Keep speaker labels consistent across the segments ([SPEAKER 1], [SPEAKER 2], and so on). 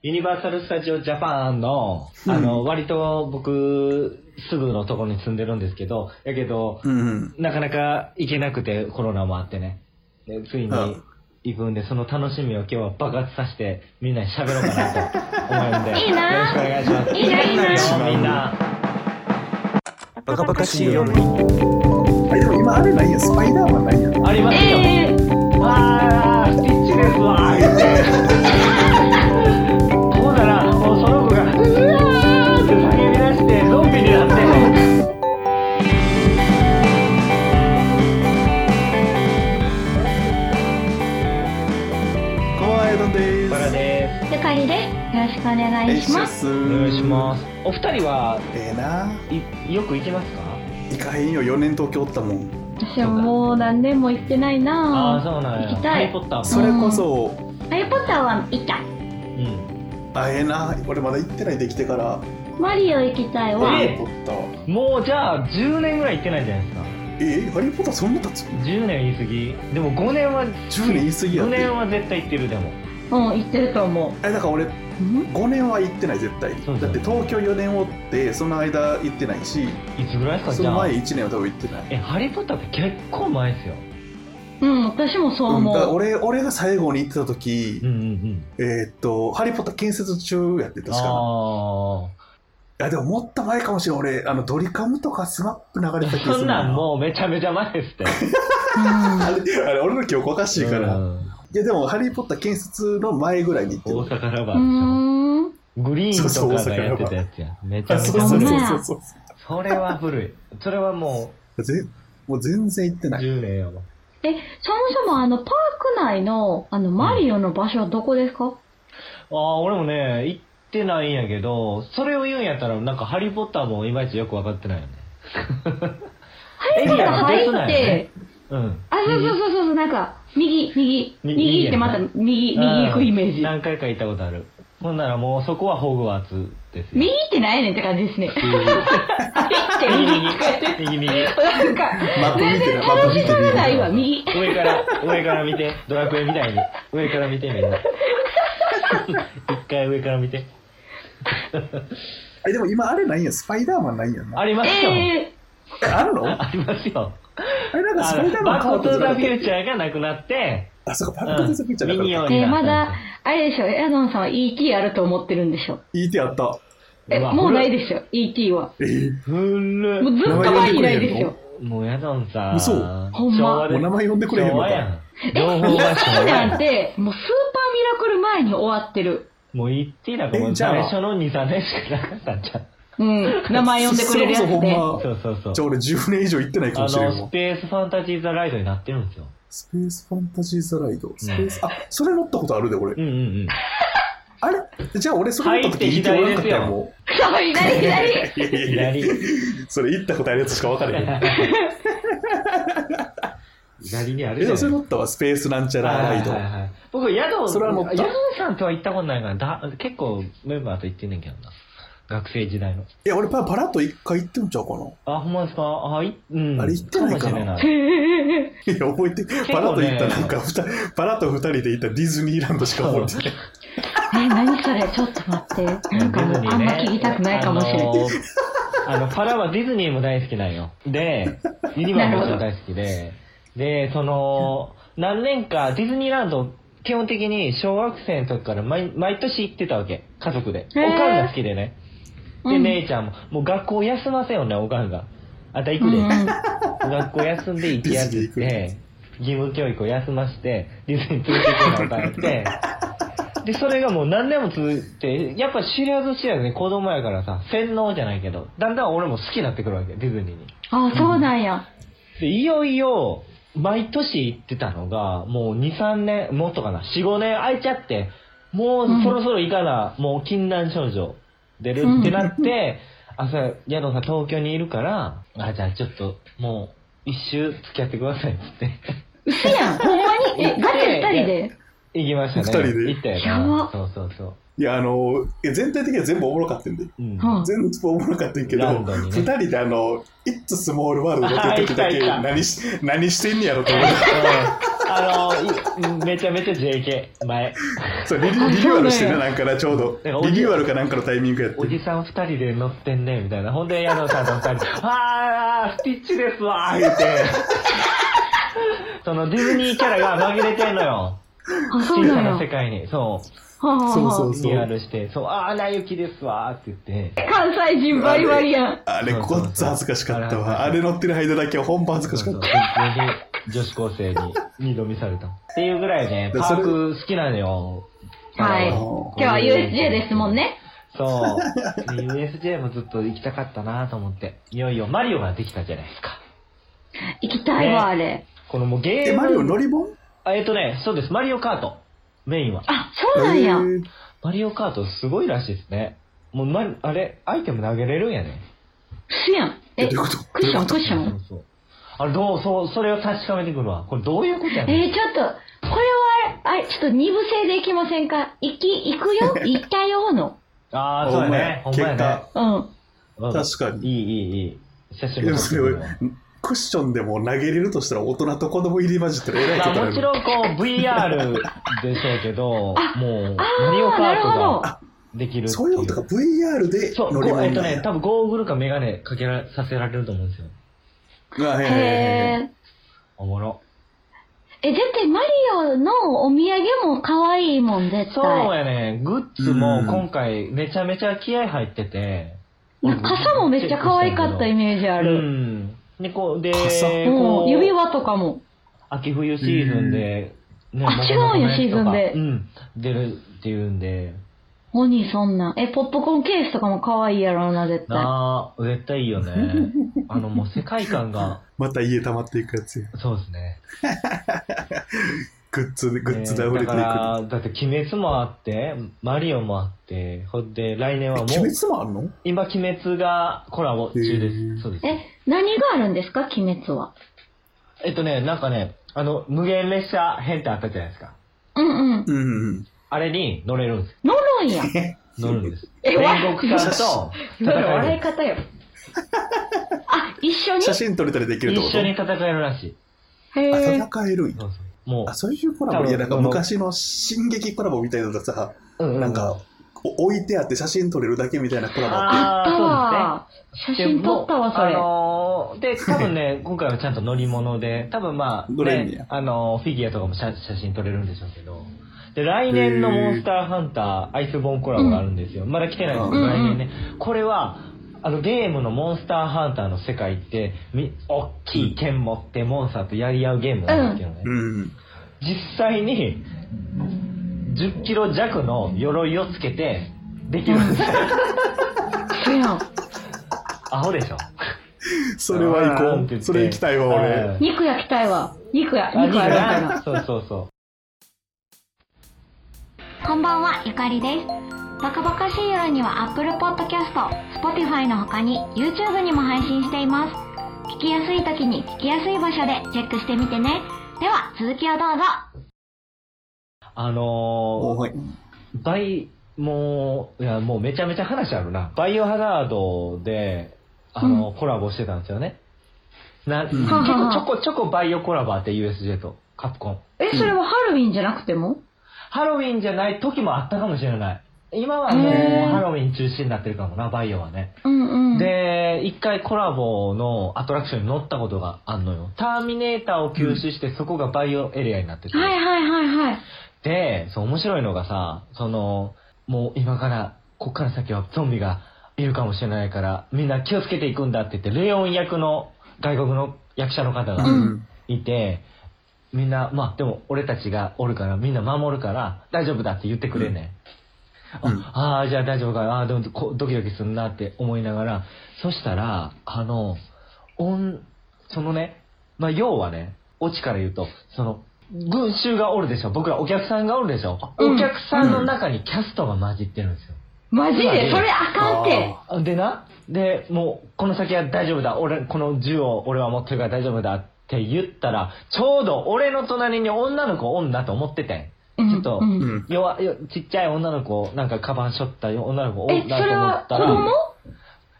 [SPEAKER 1] ユニバーサル・スタジオ・ジャパンの、あの、割と僕、すぐのところに住んでるんですけど、やけど、
[SPEAKER 2] うんうん。
[SPEAKER 1] なかなか行けなくて、コロナもあってね。でついに
[SPEAKER 2] うん
[SPEAKER 1] 行くんで、その楽しみを今日は爆発させて、みんなに喋ろうかなと思うんで、
[SPEAKER 3] いいな
[SPEAKER 1] よろしくお願いします。
[SPEAKER 3] いいないいな
[SPEAKER 1] よみんな。
[SPEAKER 2] バカバカしいよ。あれでも今あれないや、スパイダーマンないや。
[SPEAKER 1] ありますよ。
[SPEAKER 3] えー、
[SPEAKER 1] わー、スティッチですわー、言って。ほんなら、もうその子が、うわーって叫び出して、ゾンビになって。
[SPEAKER 2] コアエドです。
[SPEAKER 1] バラで
[SPEAKER 3] ゆかりです。よろしくお願いします。
[SPEAKER 2] す。
[SPEAKER 1] す。
[SPEAKER 2] お
[SPEAKER 1] お願いします。。お二人は、
[SPEAKER 2] ええない
[SPEAKER 1] よく行きますか
[SPEAKER 2] 行かへんよ、4年東京おったもん。
[SPEAKER 3] 私はもう何年も行ってない
[SPEAKER 1] ああー、
[SPEAKER 3] な
[SPEAKER 1] そうなんや。
[SPEAKER 3] 行きた
[SPEAKER 1] ハリ
[SPEAKER 3] い
[SPEAKER 1] ーポッターも。
[SPEAKER 2] それこそ、
[SPEAKER 3] ぁ。ハリーポッターは行った。
[SPEAKER 1] うん。
[SPEAKER 2] あええな俺まだ行ってないできてから。
[SPEAKER 3] マリオ行きたい
[SPEAKER 2] ハ
[SPEAKER 3] わ。
[SPEAKER 2] リ
[SPEAKER 1] え
[SPEAKER 2] ーポッター。
[SPEAKER 1] もうじゃあ、10年ぐらい行ってないじゃないですか。
[SPEAKER 2] えハリーポッターそんな経つ
[SPEAKER 1] 10年言い過ぎ。でも5年は、
[SPEAKER 2] ?10 年言い過ぎや
[SPEAKER 1] 5
[SPEAKER 2] って。
[SPEAKER 1] 年は絶対行ってる、でも。
[SPEAKER 3] うん、行ってると思
[SPEAKER 2] え、だから俺、
[SPEAKER 3] う。ん
[SPEAKER 2] 5年は行ってない、絶対に
[SPEAKER 1] そうそう
[SPEAKER 2] だって東京4年おって、その間行ってないし、
[SPEAKER 1] いつぐらいですか、
[SPEAKER 2] そ
[SPEAKER 1] じゃ
[SPEAKER 2] の
[SPEAKER 1] あ
[SPEAKER 2] 前。1年は多分行ってない。
[SPEAKER 1] え、ハリーポッターって結構前ですよ。
[SPEAKER 3] うん、私もそう
[SPEAKER 2] うん、だから
[SPEAKER 3] 思う。
[SPEAKER 2] 俺俺が最後に行ってた時、
[SPEAKER 1] うんうんうん。
[SPEAKER 2] えーっと「ハリー・ポッター」建設中やって確か
[SPEAKER 1] ああ。
[SPEAKER 2] にいやでももっと前かもしれん俺あのドリカムとかスマップ流れてた気がす
[SPEAKER 1] そ
[SPEAKER 2] る
[SPEAKER 1] んなんもうめちゃめちゃ前ですって。
[SPEAKER 2] あ
[SPEAKER 3] う
[SPEAKER 2] れあれ俺の記憶おかしいから、
[SPEAKER 1] うん
[SPEAKER 2] いやでも「ハリー・ポッター」建設の前ぐらいに行って
[SPEAKER 1] 大
[SPEAKER 2] る
[SPEAKER 1] 阪ラバーでし
[SPEAKER 3] ん。うーん。
[SPEAKER 1] ょ。グリーンとかがやってたやつや。めちゃ
[SPEAKER 2] あ
[SPEAKER 1] めち
[SPEAKER 2] そう
[SPEAKER 1] ゃ
[SPEAKER 2] そう
[SPEAKER 1] 古い
[SPEAKER 2] そう
[SPEAKER 3] ほんま
[SPEAKER 2] そ
[SPEAKER 3] や
[SPEAKER 2] うそう
[SPEAKER 1] それは古い。それはも
[SPEAKER 2] ぜもう全然行って
[SPEAKER 1] う
[SPEAKER 2] ない
[SPEAKER 1] 10年やわ。
[SPEAKER 3] え、そもそもあの、パーク内の、あの、マリオの場所はどこですか
[SPEAKER 1] ああ、俺もね、行ってないんやけど、それを言うんやったら、なんかハリーポッターもいまいちよくわかってないよね。
[SPEAKER 3] ハリーポ
[SPEAKER 1] エ
[SPEAKER 3] ッター入っ
[SPEAKER 1] リアが別なんや
[SPEAKER 3] て
[SPEAKER 1] ね、うん。
[SPEAKER 3] あ、そうそうそうそう、なんか、右、右、
[SPEAKER 1] み
[SPEAKER 3] 右ってまた
[SPEAKER 1] 右や
[SPEAKER 3] 右、右行くイメー
[SPEAKER 1] うん
[SPEAKER 3] ジ。
[SPEAKER 1] 何回か行ったことある。ほんならもうそこはホグワーツです
[SPEAKER 3] 右
[SPEAKER 1] よ。
[SPEAKER 3] ってないねんって感じですね。
[SPEAKER 1] 右
[SPEAKER 3] 右
[SPEAKER 1] 右
[SPEAKER 3] って感じ。
[SPEAKER 1] 右右右。
[SPEAKER 3] なんか、
[SPEAKER 2] マップ見てなマップ見て
[SPEAKER 3] 楽しめないわ、
[SPEAKER 2] み
[SPEAKER 3] 右。
[SPEAKER 1] 上から、上から見て、ドラクエみたいに。上から見て、 みんな。一回上から見て。
[SPEAKER 2] えでも今あれないやんスパイダーマンないやんな
[SPEAKER 1] ありますよ。
[SPEAKER 3] え
[SPEAKER 2] えあるのあ
[SPEAKER 1] ありますよ。
[SPEAKER 2] れなんかス
[SPEAKER 1] あ
[SPEAKER 2] パイダー
[SPEAKER 1] の
[SPEAKER 2] マン
[SPEAKER 1] バ
[SPEAKER 2] 変わ
[SPEAKER 1] ッ
[SPEAKER 2] っ
[SPEAKER 1] ク
[SPEAKER 2] た
[SPEAKER 1] トゥ
[SPEAKER 2] じ
[SPEAKER 1] ー
[SPEAKER 2] ゃな
[SPEAKER 1] ザフュ
[SPEAKER 2] かっ
[SPEAKER 1] ーチャーがなくなって、
[SPEAKER 2] たあそうか
[SPEAKER 1] う
[SPEAKER 2] バック・トゥ・ザ・フューチャ
[SPEAKER 1] ん
[SPEAKER 2] ーだ
[SPEAKER 1] ミ
[SPEAKER 2] か
[SPEAKER 1] ニオ
[SPEAKER 2] ら
[SPEAKER 3] ー、
[SPEAKER 1] ンに
[SPEAKER 3] えー、
[SPEAKER 1] な
[SPEAKER 3] ま
[SPEAKER 1] った
[SPEAKER 3] だ
[SPEAKER 1] や、
[SPEAKER 3] あれでしょ、エアドンさんは ET あると思ってるんでしょ。
[SPEAKER 2] 言いてやった
[SPEAKER 1] つ
[SPEAKER 3] え、
[SPEAKER 1] うわ
[SPEAKER 3] もうないですよ、ET は。
[SPEAKER 2] えー
[SPEAKER 1] 古っ
[SPEAKER 3] もうずっと前にないですよ。
[SPEAKER 1] もうやだんさ。
[SPEAKER 2] 嘘
[SPEAKER 3] ほんま
[SPEAKER 1] 昭和で
[SPEAKER 2] もう名前呼んでくれへん
[SPEAKER 1] 昭
[SPEAKER 2] の
[SPEAKER 1] 和や
[SPEAKER 2] か
[SPEAKER 1] ん。情報が昭
[SPEAKER 3] ET
[SPEAKER 1] 和や
[SPEAKER 3] なん
[SPEAKER 1] ん
[SPEAKER 3] て、もうスーパーミラクル前に終わってる。
[SPEAKER 1] もう言っていいなかも
[SPEAKER 2] え
[SPEAKER 1] う
[SPEAKER 2] じゃあ
[SPEAKER 1] 最初の2、3年しかなかったんちゃ
[SPEAKER 3] うん、名前呼んでくれるやつ
[SPEAKER 2] そうそう
[SPEAKER 3] で。
[SPEAKER 2] ほ
[SPEAKER 1] う。
[SPEAKER 2] んま
[SPEAKER 1] そうそう
[SPEAKER 2] じ
[SPEAKER 1] そ
[SPEAKER 2] ゃ
[SPEAKER 1] う。
[SPEAKER 2] あ俺10年以上行ってないか
[SPEAKER 1] あ
[SPEAKER 2] も
[SPEAKER 1] の、
[SPEAKER 2] しれんも
[SPEAKER 1] スペースファンタジーザライドになってるんですよ。
[SPEAKER 2] スペースファンタジーザライドスペース、あそれ乗ったことあるで俺
[SPEAKER 1] うんうんうん。
[SPEAKER 2] あれじゃあ俺それ乗った時
[SPEAKER 1] 入っ
[SPEAKER 2] 行ってて
[SPEAKER 1] 左
[SPEAKER 2] おらんかったや
[SPEAKER 1] です
[SPEAKER 2] ん
[SPEAKER 1] よ
[SPEAKER 2] も
[SPEAKER 3] そう、左、左。
[SPEAKER 2] ういやいやい
[SPEAKER 1] 左
[SPEAKER 2] や。 それ行ったことあるやつしか分からへん
[SPEAKER 1] 左にあ
[SPEAKER 2] え
[SPEAKER 1] る
[SPEAKER 2] でも
[SPEAKER 1] じ
[SPEAKER 2] そ
[SPEAKER 1] ゃ
[SPEAKER 2] れ
[SPEAKER 1] ん。
[SPEAKER 2] 乗ったわスペースなんちゃら
[SPEAKER 1] は
[SPEAKER 2] ラ
[SPEAKER 1] い
[SPEAKER 2] イド、
[SPEAKER 1] はいはい僕、宿、
[SPEAKER 2] それは乗った
[SPEAKER 1] 宿さんとは行ったことないから、だ結構メンバーと行ってんねんけどな。学生時代の。
[SPEAKER 2] いや俺パパラッと一回行ってんちゃうかな
[SPEAKER 1] あ、ほんまですかあ、い、うん。
[SPEAKER 2] あれ行ってないかな
[SPEAKER 1] もし れい
[SPEAKER 3] え
[SPEAKER 2] いや覚えて、パラッと行ったなんか二人パラッと二人で行ったディズニーランドしか覚え てない
[SPEAKER 3] 何それちょっと待って。なんかもう、あんま聞きたくないかもしれ
[SPEAKER 1] あ
[SPEAKER 3] な
[SPEAKER 1] の
[SPEAKER 3] い。
[SPEAKER 1] あの、パラはディズニーも大好きなんよ。で、ユニバーサルも大好きで、で、その、何年かディズニーランド、基本的に小学生の時から毎毎年行ってたわけ。家族で。お
[SPEAKER 3] へー
[SPEAKER 1] かんが好きでね。
[SPEAKER 3] う
[SPEAKER 1] で、
[SPEAKER 3] ん
[SPEAKER 1] 姉ちゃんも、もう学校休ませよね、おかんが。あんた行くで。学校休んで行きやって言っ
[SPEAKER 2] ディズニー
[SPEAKER 1] て、義務教育を休まして、ディズニー連れて行こうなんて言って、で、それがもう何年も続いて、やっぱ知らず知らずね、子供やからさ、洗脳じゃないけど、だんだん俺も好きになってくるわけ、ディズニーに。
[SPEAKER 3] あ、そうなんや。
[SPEAKER 1] で、いよいよ、毎年行ってたのが、もう2、3年、もっとかな、4、5年空いちゃって、もう
[SPEAKER 3] うん
[SPEAKER 1] そろそろ行かな、もう禁断症状出るってなって、あ、そうや、宿さん東京にいるから、あ、じゃあちょっと、もう、一周付き合ってくださいっつって。
[SPEAKER 3] 嘘やん。ほんまに。え、ガチ二人で。
[SPEAKER 1] 行きましたね。
[SPEAKER 2] 二人で
[SPEAKER 1] 行ったよ
[SPEAKER 3] やば
[SPEAKER 1] な。そうそうそう。
[SPEAKER 2] いやあのいや全体的には全部おもろかったんで
[SPEAKER 1] うん。
[SPEAKER 3] はあ
[SPEAKER 2] 全部おもろかったんやけど、
[SPEAKER 1] ラン
[SPEAKER 2] 二
[SPEAKER 1] ドにね
[SPEAKER 2] 人であの「イッツスモールワールド」の時だけ
[SPEAKER 1] あー行った行った
[SPEAKER 2] 何し何してんねやろと思って
[SPEAKER 1] う あの、いめちゃめちゃ JK、前。
[SPEAKER 2] そうリリリニューアルしてね、なんかな、ちょうど。
[SPEAKER 1] なんかおじ
[SPEAKER 2] リニューアルかなんかのタイミングやって
[SPEAKER 1] お。じさん二人で乗ってんね、みたいな。ほんで、矢野さんと二人、 あー、スティッチですわー、言って。そのディズニーキャラが紛れてんのよ。
[SPEAKER 3] あ、そ
[SPEAKER 1] 小
[SPEAKER 3] う
[SPEAKER 1] さ
[SPEAKER 3] な
[SPEAKER 1] な
[SPEAKER 3] の。
[SPEAKER 1] 世界に。そ
[SPEAKER 3] はあはあはあ
[SPEAKER 2] そうそう
[SPEAKER 1] う。リニューアルして、そう、あー、なゆきですわーって言って。
[SPEAKER 3] 関西人バリバリやん。
[SPEAKER 2] あれ、ごっつ恥ずかしかったわ。あれ乗ってる間だけは本番恥ずかしか
[SPEAKER 1] そう
[SPEAKER 2] っ
[SPEAKER 1] そう
[SPEAKER 2] た。
[SPEAKER 1] 全然女子高生に二度見された。っていうぐらいね、
[SPEAKER 2] で
[SPEAKER 1] パ
[SPEAKER 2] それ
[SPEAKER 1] ーク好きなのよ。
[SPEAKER 3] は
[SPEAKER 1] あ
[SPEAKER 3] い。今
[SPEAKER 1] の
[SPEAKER 3] 日は USJ ですもん。ね。
[SPEAKER 1] そう。で USJ もずっと行きたかったなと思って。いよいよマリオができたじゃないですか。
[SPEAKER 3] 行きたいわ、あれ。
[SPEAKER 1] このもうゲーム。
[SPEAKER 2] え、マリオ乗りもん
[SPEAKER 1] あえっとね、そうです。マリオカート。メインは。
[SPEAKER 3] あ、そうなんや。
[SPEAKER 2] えー
[SPEAKER 1] マリオカートすごいらしいですね。もう、ま、あれ、アイテム投げれるんやね。
[SPEAKER 3] すやん。
[SPEAKER 2] え
[SPEAKER 3] え、
[SPEAKER 2] どういうこと
[SPEAKER 3] クッション、
[SPEAKER 2] どう
[SPEAKER 3] クッ
[SPEAKER 2] いう
[SPEAKER 3] シ
[SPEAKER 1] そ
[SPEAKER 3] ョ
[SPEAKER 1] う
[SPEAKER 3] ン。
[SPEAKER 1] そう。あれ、どう、そう、それを確かめてくるわ。これどういうことや
[SPEAKER 3] え
[SPEAKER 1] ねん。
[SPEAKER 3] ー、ちょっと、これは、あれ、ちょっと二部制で行きませんか行き、行く よ行ったよの。
[SPEAKER 1] ああ、そうやね。ほん
[SPEAKER 2] 結
[SPEAKER 1] まやね
[SPEAKER 2] 果、。
[SPEAKER 3] うん。
[SPEAKER 1] うん
[SPEAKER 2] 確かに。
[SPEAKER 1] いい、いい、いい。写真
[SPEAKER 2] で
[SPEAKER 1] も
[SPEAKER 2] も
[SPEAKER 1] 撮っ
[SPEAKER 2] そ
[SPEAKER 1] て
[SPEAKER 2] れ
[SPEAKER 1] く
[SPEAKER 2] を
[SPEAKER 1] るわ
[SPEAKER 2] クッションでも投げれるとしたら大人と子供入り混じったらえらいこ
[SPEAKER 1] ま
[SPEAKER 2] と
[SPEAKER 1] あ、
[SPEAKER 2] にな
[SPEAKER 1] も
[SPEAKER 2] る
[SPEAKER 1] ち。ろんこ う VR でしょうけど、もうマリオ
[SPEAKER 3] あー、
[SPEAKER 1] カ
[SPEAKER 3] な
[SPEAKER 1] ー
[SPEAKER 3] るほ
[SPEAKER 1] ト
[SPEAKER 3] ど
[SPEAKER 1] が。できるっていう。
[SPEAKER 2] そういうことか、VR で
[SPEAKER 1] そう、
[SPEAKER 2] 乗り
[SPEAKER 1] こう
[SPEAKER 2] 物
[SPEAKER 1] えっと
[SPEAKER 2] なん
[SPEAKER 1] ね、
[SPEAKER 2] や。
[SPEAKER 1] 多分ゴーグルかメガネかけらさせられると思うんですよ。
[SPEAKER 2] あへーへーへー
[SPEAKER 3] へえ。
[SPEAKER 1] おもろ。
[SPEAKER 3] え、絶対マリオのお土産も可愛いもん、絶
[SPEAKER 1] そう
[SPEAKER 3] 対。
[SPEAKER 1] やね、グッズも今回めちゃめちゃ気合入ってて。
[SPEAKER 3] なんか傘もめっちゃ可愛かったイメージあ
[SPEAKER 1] う
[SPEAKER 3] る。
[SPEAKER 1] ん。で、こう、で、
[SPEAKER 2] 傘
[SPEAKER 3] う
[SPEAKER 1] こ
[SPEAKER 3] ん。
[SPEAKER 1] う
[SPEAKER 3] 指輪とかも。
[SPEAKER 1] 秋冬シーズンで、ね
[SPEAKER 3] あ違うんやシーズンで
[SPEAKER 1] うん、出るっていうんで、
[SPEAKER 3] 鬼そんな。え、ポップコーンケースとかも可愛いやろうな、絶対。
[SPEAKER 1] なあ、絶対いいよ ね。あの、もう世界観が、
[SPEAKER 2] また家溜まっていくやつや。
[SPEAKER 1] そうですね。
[SPEAKER 2] グッズで、グッズで溢れていく。
[SPEAKER 1] ねだから、だって鬼滅もあって、マリオもあって、ほんで、来年はもう、
[SPEAKER 2] え鬼滅もあんの
[SPEAKER 1] 今鬼滅がコラボ中で
[SPEAKER 2] へー
[SPEAKER 1] す。そうです。
[SPEAKER 3] え、何があるんですか、鬼滅は。
[SPEAKER 1] えっとね、なんかね、あの、無限列車編ってあったじゃないですか。
[SPEAKER 3] うんうん。
[SPEAKER 2] うんうん。
[SPEAKER 1] あれに乗れるんです。
[SPEAKER 3] 乗るんや。
[SPEAKER 1] 乗るんです。
[SPEAKER 3] え
[SPEAKER 1] 煉獄さんと戦え
[SPEAKER 3] 笑い
[SPEAKER 1] る。
[SPEAKER 3] 方よ。あ、一緒に
[SPEAKER 2] 写真撮れたりできるってこ
[SPEAKER 1] 一
[SPEAKER 2] と
[SPEAKER 1] 緒に戦えるらしい。
[SPEAKER 3] へ
[SPEAKER 2] あ、
[SPEAKER 3] え。
[SPEAKER 2] 戦えるんや
[SPEAKER 1] そうそう。も
[SPEAKER 2] あ、そういうコラ
[SPEAKER 1] 多
[SPEAKER 2] ボ
[SPEAKER 1] 分
[SPEAKER 2] いや、なんか
[SPEAKER 1] その
[SPEAKER 2] 昔の進撃コラボみたいなのがさ、
[SPEAKER 1] う、う
[SPEAKER 2] なんか、お置いてあって写真撮れるだけみたいなコラボあっ
[SPEAKER 3] あった
[SPEAKER 1] あ
[SPEAKER 3] わ。写真撮ったわ、それ
[SPEAKER 1] で。もあのーで、多分 ね、今回はちゃんと乗り物で、多分まあ、
[SPEAKER 2] 乗れんねや
[SPEAKER 1] ね、あのーフィギュアとかも写写真撮れるんでしょうけど、で、来年のモンスターハンター、アイスボーンコラボがあるんですよ。まだ来てないんですけ
[SPEAKER 2] う
[SPEAKER 1] ど、
[SPEAKER 3] ん
[SPEAKER 1] 来年ね。これは、あの、ゲームのモンスターハンターの世界って、み、大きい剣持ってモンスターとやり合うゲームなんですけどね
[SPEAKER 2] て。。うん。
[SPEAKER 1] 実際に、10キロ弱の鎧をつけて、できるんです よ。
[SPEAKER 3] そやん。
[SPEAKER 1] アホでしょ
[SPEAKER 2] それは
[SPEAKER 1] あーなんて言
[SPEAKER 2] 行こ
[SPEAKER 1] っ
[SPEAKER 2] う。
[SPEAKER 1] て
[SPEAKER 2] それ行きたいわ、
[SPEAKER 1] う
[SPEAKER 2] 俺
[SPEAKER 1] ん。
[SPEAKER 3] 肉焼きたいわ。肉や、
[SPEAKER 1] あ、
[SPEAKER 3] 肉やる
[SPEAKER 1] な
[SPEAKER 3] かな。
[SPEAKER 1] そうそうそう。
[SPEAKER 4] こんばんは、ゆかりです。バカバカしい夜には Apple Podcast、Spotify の他に YouTube にも配信しています。聞きやすい時に聞きやすい場所でチェックしてみてね。では、続きをどうぞ。
[SPEAKER 1] あの
[SPEAKER 2] おい。
[SPEAKER 1] ー、バイ、もう、いや、もうめちゃめちゃ話あるな。バイオハザードで、あのーコラボしてたんですよね。な、
[SPEAKER 2] ん
[SPEAKER 1] 結構ちょこちょこバイオコラボあって、USJ とカプコン。
[SPEAKER 3] え、それはハロウィンじゃなくても
[SPEAKER 1] ハロウィンじゃない時もあったかもしれない。今はもう
[SPEAKER 3] へー
[SPEAKER 1] ハロウィン中止になってるかもな、バイオはね。
[SPEAKER 3] うんうん。
[SPEAKER 1] で、一回コラボのアトラクションに乗ったことがあんのよ。ターミネーターを休止して、そこがバイオエリアになってて。
[SPEAKER 3] はいはいはいはい。
[SPEAKER 1] で、そう、面白いのがさ、その、もう今から、こっから先はゾンビがいるかもしれないから、みんな気をつけていくんだって言って、レオン役の外国の役者の方
[SPEAKER 2] う
[SPEAKER 1] が
[SPEAKER 2] ん。
[SPEAKER 1] いて、みんな、まあでも俺たちがおるから、みんな守るから、大丈夫だって言ってくれんね、ん。
[SPEAKER 2] うん
[SPEAKER 1] ああー、じゃあ大丈夫かな、ああー、でもこドキドキすんなって思いながら、そしたら、あの、おん、そのね、まあ要はね、オチから言うと、その、群衆がおるでしょ、僕らお客さんがおるでしょ、
[SPEAKER 3] うん
[SPEAKER 1] お客さんの中にキャストが混じってるんですよ。
[SPEAKER 3] マジで、それあかんって。
[SPEAKER 1] でな、で、もう、この先は大丈夫だ、俺、この銃を俺は持ってるから大丈夫だって言ったら、ちょうど俺の隣に女の子おんなと思っててん。ちょっと
[SPEAKER 3] う、ん
[SPEAKER 2] う
[SPEAKER 3] うん
[SPEAKER 2] ん。
[SPEAKER 1] 弱、よちっちゃい女の子、なんかカバンしょった女の子お
[SPEAKER 3] え、
[SPEAKER 1] ん
[SPEAKER 3] そ
[SPEAKER 1] なと
[SPEAKER 3] れ
[SPEAKER 1] 思
[SPEAKER 3] は
[SPEAKER 1] った
[SPEAKER 3] 子供
[SPEAKER 1] ら、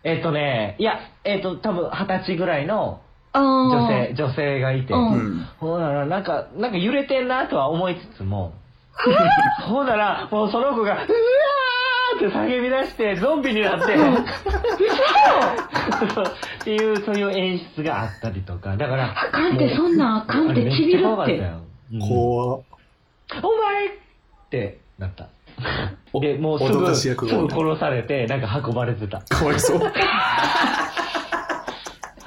[SPEAKER 1] えっとね、いや、えっと、多分二十歳ぐらいの
[SPEAKER 3] あー
[SPEAKER 1] 女性、女性がいて、
[SPEAKER 3] うん
[SPEAKER 2] うん。
[SPEAKER 1] ほんなら、なんか、なんか揺れてんなとは思いつつも、 ほんなら、もうその子が、うわーって叫び出して、ゾンビに なって、そうっていう、そういう演出があったりとか、だから、
[SPEAKER 3] あかんって、そんなんあかん
[SPEAKER 1] あ
[SPEAKER 3] っ
[SPEAKER 1] れ
[SPEAKER 3] て、
[SPEAKER 1] めっ
[SPEAKER 3] ちび
[SPEAKER 1] ちゃ
[SPEAKER 3] る
[SPEAKER 1] 怖か
[SPEAKER 3] っ
[SPEAKER 1] った
[SPEAKER 3] て。
[SPEAKER 1] よ。うん
[SPEAKER 2] 怖っ
[SPEAKER 1] お前ってなった。
[SPEAKER 2] お
[SPEAKER 1] で、もうす
[SPEAKER 2] おど
[SPEAKER 1] ぐ、
[SPEAKER 2] かし
[SPEAKER 1] すぐ
[SPEAKER 2] 役が多い
[SPEAKER 1] 殺されて、なんか運ばれてた。
[SPEAKER 2] かわいそう。
[SPEAKER 1] 危なかった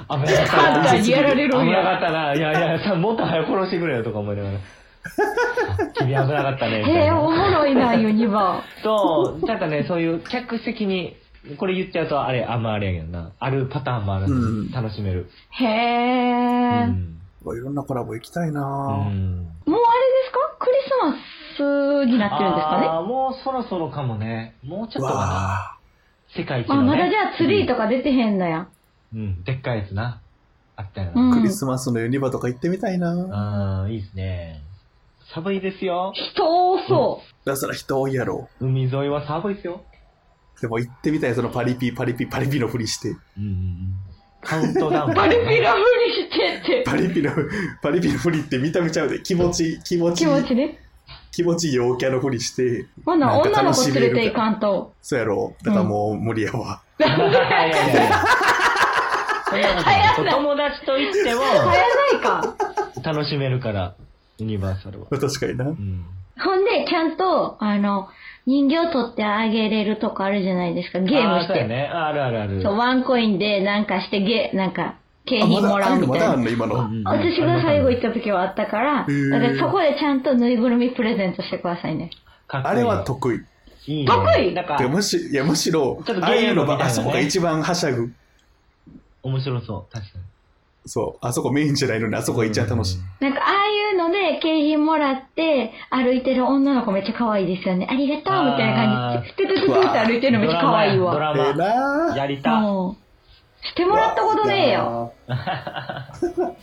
[SPEAKER 3] ハンターにやられるん
[SPEAKER 1] 危なか
[SPEAKER 3] や。
[SPEAKER 1] ったな。いやいや、さもっと早く殺してくれよとか思い ながら。あ君危なかったね。みたいな
[SPEAKER 3] へえ、おもろいな、ユニバ
[SPEAKER 1] そう、ただね、そういう客席に、これ言っちゃうとあれ、あんまあれやけどな。あるパターンもある
[SPEAKER 2] うん
[SPEAKER 1] 楽しめる。
[SPEAKER 3] ー。
[SPEAKER 1] う
[SPEAKER 3] へえ。
[SPEAKER 1] ん。
[SPEAKER 2] いろんなコラボ行きたいな
[SPEAKER 1] ん。
[SPEAKER 2] ぁ
[SPEAKER 3] もうあれですかクリスマスになってるんですかね
[SPEAKER 1] あーもうそろそろかもね。もうちょっとかな。
[SPEAKER 2] わ
[SPEAKER 1] 世界一
[SPEAKER 3] あ、
[SPEAKER 1] の、ね。
[SPEAKER 3] まだじゃあツリーとか出てへんのや。
[SPEAKER 1] うん、でっかいやつな。あったよ
[SPEAKER 3] う
[SPEAKER 1] な。
[SPEAKER 2] ぁク
[SPEAKER 3] ん。
[SPEAKER 2] リスマスのユニバとか行ってみたいなぁ
[SPEAKER 1] うん、いいですね。寒いですよ。
[SPEAKER 3] 人多そ
[SPEAKER 2] だから人多いやろ。
[SPEAKER 1] 海沿いは寒いですよ。
[SPEAKER 2] でも行ってみたい、そのパリピ、パリピ、パリピのふりして。
[SPEAKER 1] うんうんうん。カウントダウン、
[SPEAKER 3] う。バリピラフにしてって。
[SPEAKER 2] パリピの、パリピのふりって見た目ちゃうで、気持ち、気持ち
[SPEAKER 3] 気、持ちね。
[SPEAKER 2] 気持ち陽キャのふりして、
[SPEAKER 3] ほな、
[SPEAKER 2] なんか
[SPEAKER 3] 女の
[SPEAKER 2] 楽
[SPEAKER 3] 子
[SPEAKER 2] しめ
[SPEAKER 3] 連れ
[SPEAKER 2] る
[SPEAKER 3] ていかんと。
[SPEAKER 2] そうやろ。だからもう無理やわ。
[SPEAKER 1] いやいやいやい や。そんなことないお友達と行っても
[SPEAKER 3] 早ないか。
[SPEAKER 1] 楽しめるから、ユニバーサルは。
[SPEAKER 2] 確かにな
[SPEAKER 1] う。ん。
[SPEAKER 3] ほんで、ちゃんと、あの、人形取ってあげれるとかあるじゃないですか。ゲーム
[SPEAKER 1] あ
[SPEAKER 3] し
[SPEAKER 1] そうや
[SPEAKER 3] て。
[SPEAKER 1] ね。あるあるある。
[SPEAKER 3] そう、ワンコインでなんかして、ゲ、なんか、景
[SPEAKER 2] あ、ま
[SPEAKER 3] 品
[SPEAKER 2] だ、
[SPEAKER 3] もら
[SPEAKER 2] ある
[SPEAKER 3] うみ
[SPEAKER 2] のま
[SPEAKER 3] た
[SPEAKER 2] だあん
[SPEAKER 3] いな。
[SPEAKER 2] の今の。
[SPEAKER 3] 私が最後
[SPEAKER 1] 行。
[SPEAKER 3] 行ったた時はあったから、
[SPEAKER 2] へー
[SPEAKER 3] だからそこでちゃんとぬいぐるみプレゼントしてくださいね。
[SPEAKER 1] かっこいい
[SPEAKER 2] あれは得意。
[SPEAKER 1] いいね。
[SPEAKER 3] 得意
[SPEAKER 1] なんか
[SPEAKER 2] で、むし、いや、むしろ
[SPEAKER 1] ちょっと、ゲーム
[SPEAKER 2] ああいうの
[SPEAKER 1] み
[SPEAKER 2] ば、
[SPEAKER 1] たいなね
[SPEAKER 2] あそこが一番はしゃぐ。
[SPEAKER 1] 面白そう。確かに。
[SPEAKER 2] そう。あそこメインじゃないのに、あそこが一番楽しい。
[SPEAKER 3] なんか、ああいうので景品もらって、歩いてる女の子めっちゃ可愛いですよね。ありがとうみたいな感じで、ふてふてふてふて歩いてるのめっちゃ可愛い
[SPEAKER 1] ド
[SPEAKER 3] わ。
[SPEAKER 1] ラ
[SPEAKER 2] え
[SPEAKER 1] マや
[SPEAKER 2] え
[SPEAKER 1] ドラ
[SPEAKER 2] な
[SPEAKER 1] マ。
[SPEAKER 2] ぁ
[SPEAKER 1] やりた。
[SPEAKER 3] うん。してもらったことねえよ。
[SPEAKER 2] よ。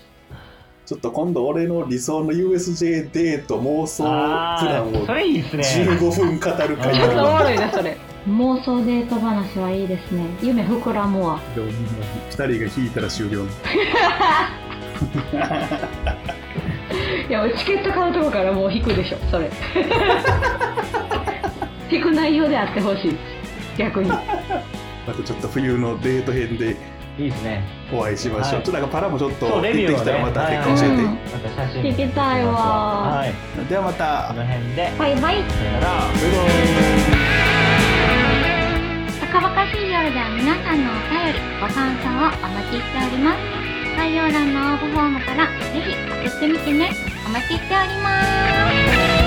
[SPEAKER 2] ちょっと今度俺の理想の USJ デート妄想プラ
[SPEAKER 1] あ
[SPEAKER 2] ン
[SPEAKER 1] ー
[SPEAKER 2] を
[SPEAKER 1] それいいっすね。
[SPEAKER 2] 15分語る会
[SPEAKER 1] ちょっとおも
[SPEAKER 2] や
[SPEAKER 3] いな、それ。妄想デート話はいいですね。夢膨らむわ。
[SPEAKER 2] でもみんな2人が引いたら終了
[SPEAKER 3] いや、チケット買うとこからもう引くでしょ、それ。引く内容であってほしい。逆に。
[SPEAKER 2] またちょっと冬のデート編で
[SPEAKER 1] いいっすね。
[SPEAKER 2] お会いしまし
[SPEAKER 1] はい
[SPEAKER 2] ょう、ちょっとなんかパラもちょっと
[SPEAKER 1] そ
[SPEAKER 2] 行
[SPEAKER 1] う
[SPEAKER 2] って
[SPEAKER 1] レビューをね
[SPEAKER 2] きたらまた結果教
[SPEAKER 3] はい
[SPEAKER 2] え
[SPEAKER 3] は
[SPEAKER 1] ま
[SPEAKER 3] い
[SPEAKER 1] た写真
[SPEAKER 3] 聞きたいわ
[SPEAKER 1] はい。
[SPEAKER 2] て、ではまた
[SPEAKER 1] この辺で、
[SPEAKER 3] バイバイ。
[SPEAKER 1] さよなら。
[SPEAKER 2] バイバイ
[SPEAKER 4] バカバカしい夜では皆さんのお便り、ご感想をお待ちしております。概要欄の応募フォームからぜひ送ってみてね。お待ちしております。